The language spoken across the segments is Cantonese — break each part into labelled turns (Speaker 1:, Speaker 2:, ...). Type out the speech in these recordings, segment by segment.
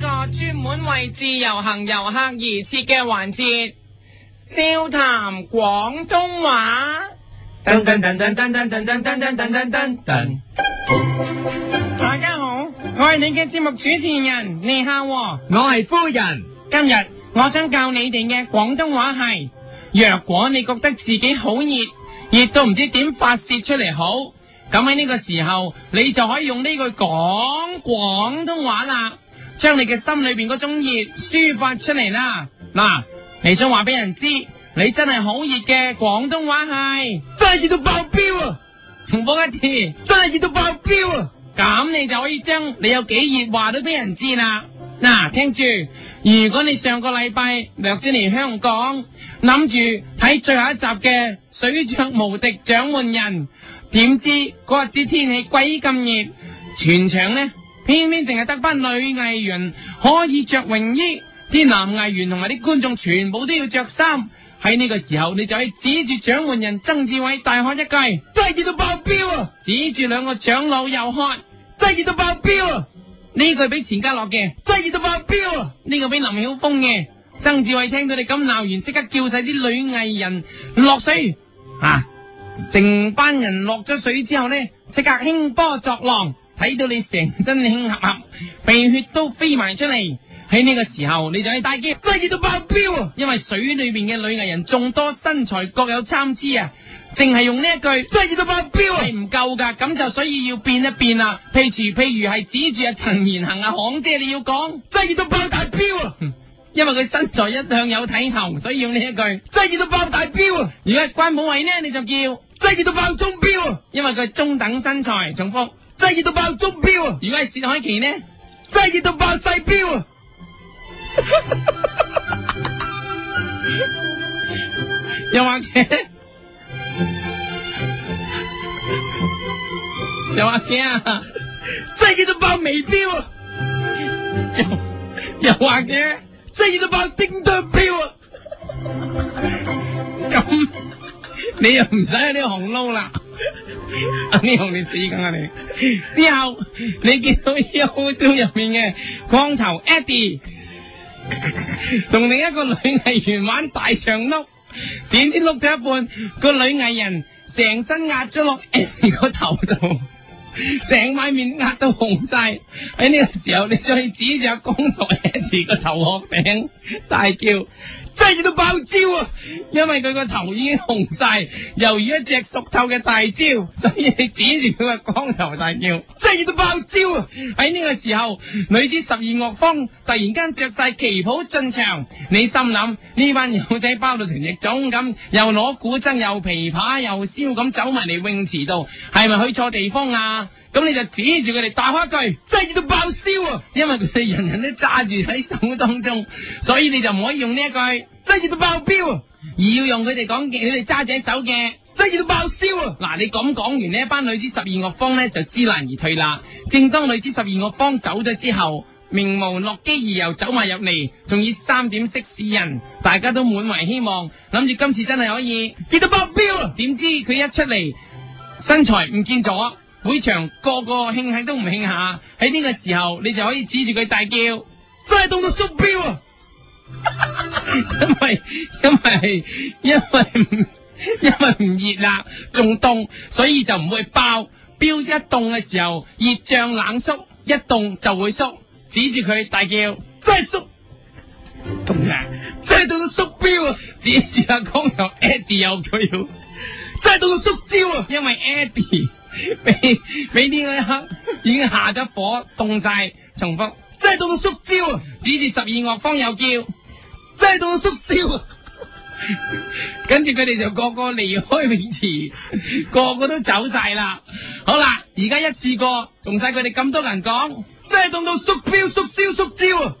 Speaker 1: 個專門為自由行遊客而設嘅環節，笑談廣東話。
Speaker 2: 噔噔噔噔噔噔噔噔噔噔噔噔。
Speaker 1: 大家好，我係你嘅節目主持人，你好喎。
Speaker 2: 我係夫人，
Speaker 1: 今日我想教你哋嘅廣東話係：若果你覺得自己好熱，熱到唔知點發泄出嚟好，咁喺呢個時候你就可以用呢句講廣東話啦，將你嘅心裏邊嗰種熱抒發出嚟啦。嗱，你想話俾人知，你真係好熱嘅廣東話係，
Speaker 2: 真係熱到爆表啊！
Speaker 1: 重複一次，
Speaker 2: 真係熱到爆表啊！
Speaker 1: 咁你就可以將你有幾熱話都俾人知啦。嗱，聽住，如果你上個禮拜略咗嚟香港，諗住睇最後一集嘅《水着無敵獎門人》，點知嗰日啲天氣鬼咁熱，全場呢偏偏淨係得班女藝員可以着泳衣，啲男藝員同埋啲觀眾全部都要着衫。喺呢個時候，你就可以指住獎門人曾志偉大喝一句，
Speaker 2: 真係熱到爆表啊！
Speaker 1: 指住兩個長老又喝。
Speaker 2: 真係熱到爆表啊！
Speaker 1: 呢句俾錢嘉樂嘅，
Speaker 2: 真係熱到爆表啊！
Speaker 1: 呢個俾林曉峰嘅。曾志偉聽到你咁鬧完，即刻叫晒啲女藝人落水啊！成班人落咗水之後呢，即刻興波作浪，睇到你成身興合合，鼻血都飛埋出嚟。喺呢個時候，你就去大叫，
Speaker 2: 真係熱到爆表啊！
Speaker 1: 因為水裏邊嘅女藝人眾多，身材各有參差啊，淨係用呢一句。
Speaker 2: 真係熱到爆表啊！
Speaker 1: 係唔夠噶，咁就所以要變一變啦。譬如譬如係指住阿陳妍行啊，行姐你要講，
Speaker 2: 真係熱到爆大表啊！
Speaker 1: 因為佢身材一向有睇頭，所以用呢一句。
Speaker 2: 真係熱到爆大表啊！
Speaker 1: 如果係關寶慧呢，你就叫，
Speaker 2: 真係熱到爆中表啊！
Speaker 1: 因為佢係中等身材。重複，
Speaker 2: 真係熱到爆中表啊！
Speaker 1: 如果係薛凱琪呢，
Speaker 2: 真係熱到爆細表啊！
Speaker 1: 又或者， 又或者啊，
Speaker 2: 真係熱到爆微表啊！
Speaker 1: 又或者
Speaker 2: 真係熱到爆叮當表啊！
Speaker 1: 咁，你又唔使喺呢行撈啦。啊呢行你死梗啊你！之後你見到 YouTube 入面嘅光頭 Eddie 同另一個女藝員玩大長碌，點知碌咗一半，個女藝人成身壓咗落 Eddie 個頭度。成塊面壓到紅晒，喺呢個時候你再指住阿光頭 Eddie 個頭殼頂大叫，
Speaker 2: 真係熱到爆焦啊！
Speaker 1: 因為佢個頭已經紅晒，猶如一隻熟透嘅大蕉， 所以你指住佢個光頭大叫。
Speaker 2: 真係熱到爆焦啊！
Speaker 1: 喺呢個時候，女子十二樂坊突然間着晒旗袍進場，你心諗呢班友仔包到成隻粽咁，又攞古箏又琵琶又燒咁走埋嚟泳池度，係咪去錯地方啊？咁你就指住佢哋大喝一句。
Speaker 2: 真係熱到爆燒啊！
Speaker 1: 因為佢哋人人都揸住喺手當中，所以你就唔可以用呢一句，而
Speaker 2: 真係熱到爆表啊！
Speaker 1: 要用佢哋講嘅，佢哋揸住喺手嘅。
Speaker 2: 真係熱到爆燒啊！
Speaker 1: 嗱，你咁講完呢一班女子十二樂坊呢，就知難而退啦。正當女子十二樂坊走咗之後，名無樂基而又走埋入嚟，仲以三點式示人，大家都滿懷希望，諗住今次真係可以。
Speaker 2: 熱到爆表啊！
Speaker 1: 點知佢一出嚟，身材唔見咗，會場個個慶幸都唔慶下。喺呢個時候，你就可以指住佢大叫。
Speaker 2: 真係凍到縮表啊！
Speaker 1: 因為 因為因為唔因為唔熱啦，仲凍，所以就唔會爆。標一凍嘅時候，熱脹冷縮，一凍就會縮。指住佢大叫，
Speaker 2: 真係縮，
Speaker 1: 凍啊！
Speaker 2: 真係凍到縮表啊！
Speaker 1: 指住阿光頭 Eddie 又佢要，
Speaker 2: 真係凍到縮焦啊！
Speaker 1: 因為 Eddie 俾俾呢個一刻已經下咗火，凍晒。重複，
Speaker 2: 真係凍到縮焦啊！
Speaker 1: 指住十二樂坊又叫。
Speaker 2: 真係凍到縮燒啊！
Speaker 1: 跟住佢哋就個個離開泳池， 個個都走晒啦。好啦，而家一次過，仲使佢哋咁多人講，
Speaker 2: 真係凍到縮表、縮燒、縮焦啊！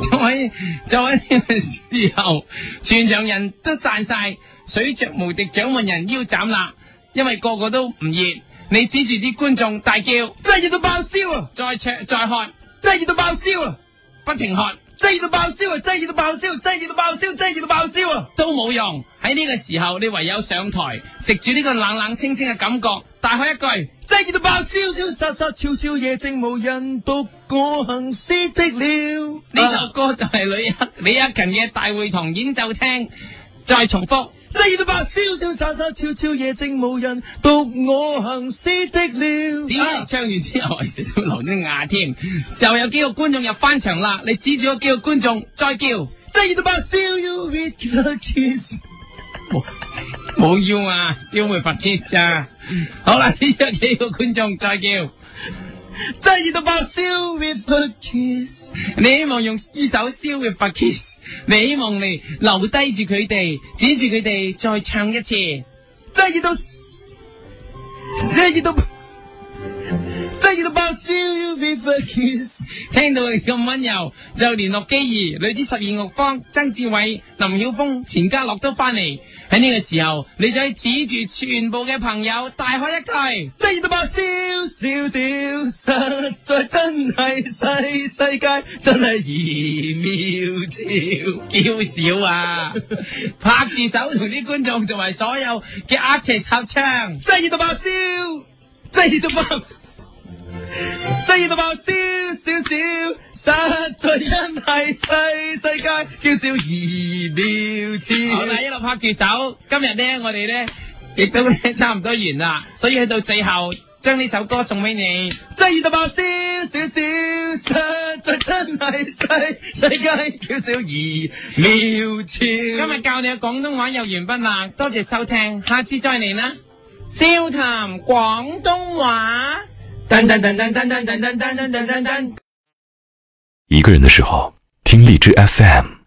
Speaker 1: 就喺就喺呢個時候，全場人都散晒，水着無敵獎門人腰斬啦，因為個個都唔熱。你指住啲觀眾大叫，
Speaker 2: 真係熱到爆燒啊！
Speaker 1: 再唱再喝，
Speaker 2: 真係熱到爆燒啊！
Speaker 1: 不停喝。
Speaker 2: 真係熱到爆燒啊！真係熱到爆燒，真係熱到爆燒，真係熱到爆燒啊！
Speaker 1: 都冇用。喺呢個時候，你唯有上台，食住呢個冷冷清清嘅感覺，大喝一句。
Speaker 2: 真係熱到爆燒，燒殺殺，悄悄夜靜無人獨我行失职了。
Speaker 1: 呢首歌就係李克李克勤嘅大會堂演奏廳，再重複。
Speaker 2: 擠到白燒焦，灑灑悄悄，夜靜無人，獨我行失職了。
Speaker 1: 點解
Speaker 2: 啊
Speaker 1: 你唱完之後，成都流啲牙添？就有幾個觀眾入翻場啦，你指住嗰幾個觀眾再叫，
Speaker 2: 擠到白燒，you with a kiss。
Speaker 1: 冇要啊，燒梅罰 kiss 咋？好啦，指住有幾個觀眾再叫，
Speaker 2: 擠到白燒，with a kiss。
Speaker 1: 你希望用呢首燒梅罰 kiss，你希望你留低住佢哋，指住佢哋再唱一次。
Speaker 2: 擠到，擠到，擠到白燒，you with a kiss。
Speaker 1: 聽到你咁温柔，就連陸基兒、女子十二樂坊、曾志偉、林曉峰、錢嘉樂都翻嚟。喺呢個時候，你就可以指住全部嘅朋友大喝一句。
Speaker 2: 擠到白燒，少少，實在真係世世界真係奇妙照。
Speaker 1: 娇小啊！ 拍住手同啲觀眾同埋所有嘅 artist 合唱，
Speaker 2: 擠到爆燒，擠到爆，擠到爆燒少少，實在真係世世界叫笑而渺
Speaker 1: 好啦，
Speaker 2: 之。
Speaker 1: 一路拍住手。今日咧，我哋咧亦都咧差唔多完啦，所以去到最後，將呢首歌送俾你。
Speaker 2: 擠到爆燒少少，實在真係世世界叫笑而渺之。
Speaker 1: 今日教你嘅廣東話又完畢啦，多謝收聽，下次再嚟啦。笑談廣東話。
Speaker 2: 噔噔噔噔噔噔噔噔噔噔噔噔。
Speaker 3: 一个人的时候，听荔枝 FM。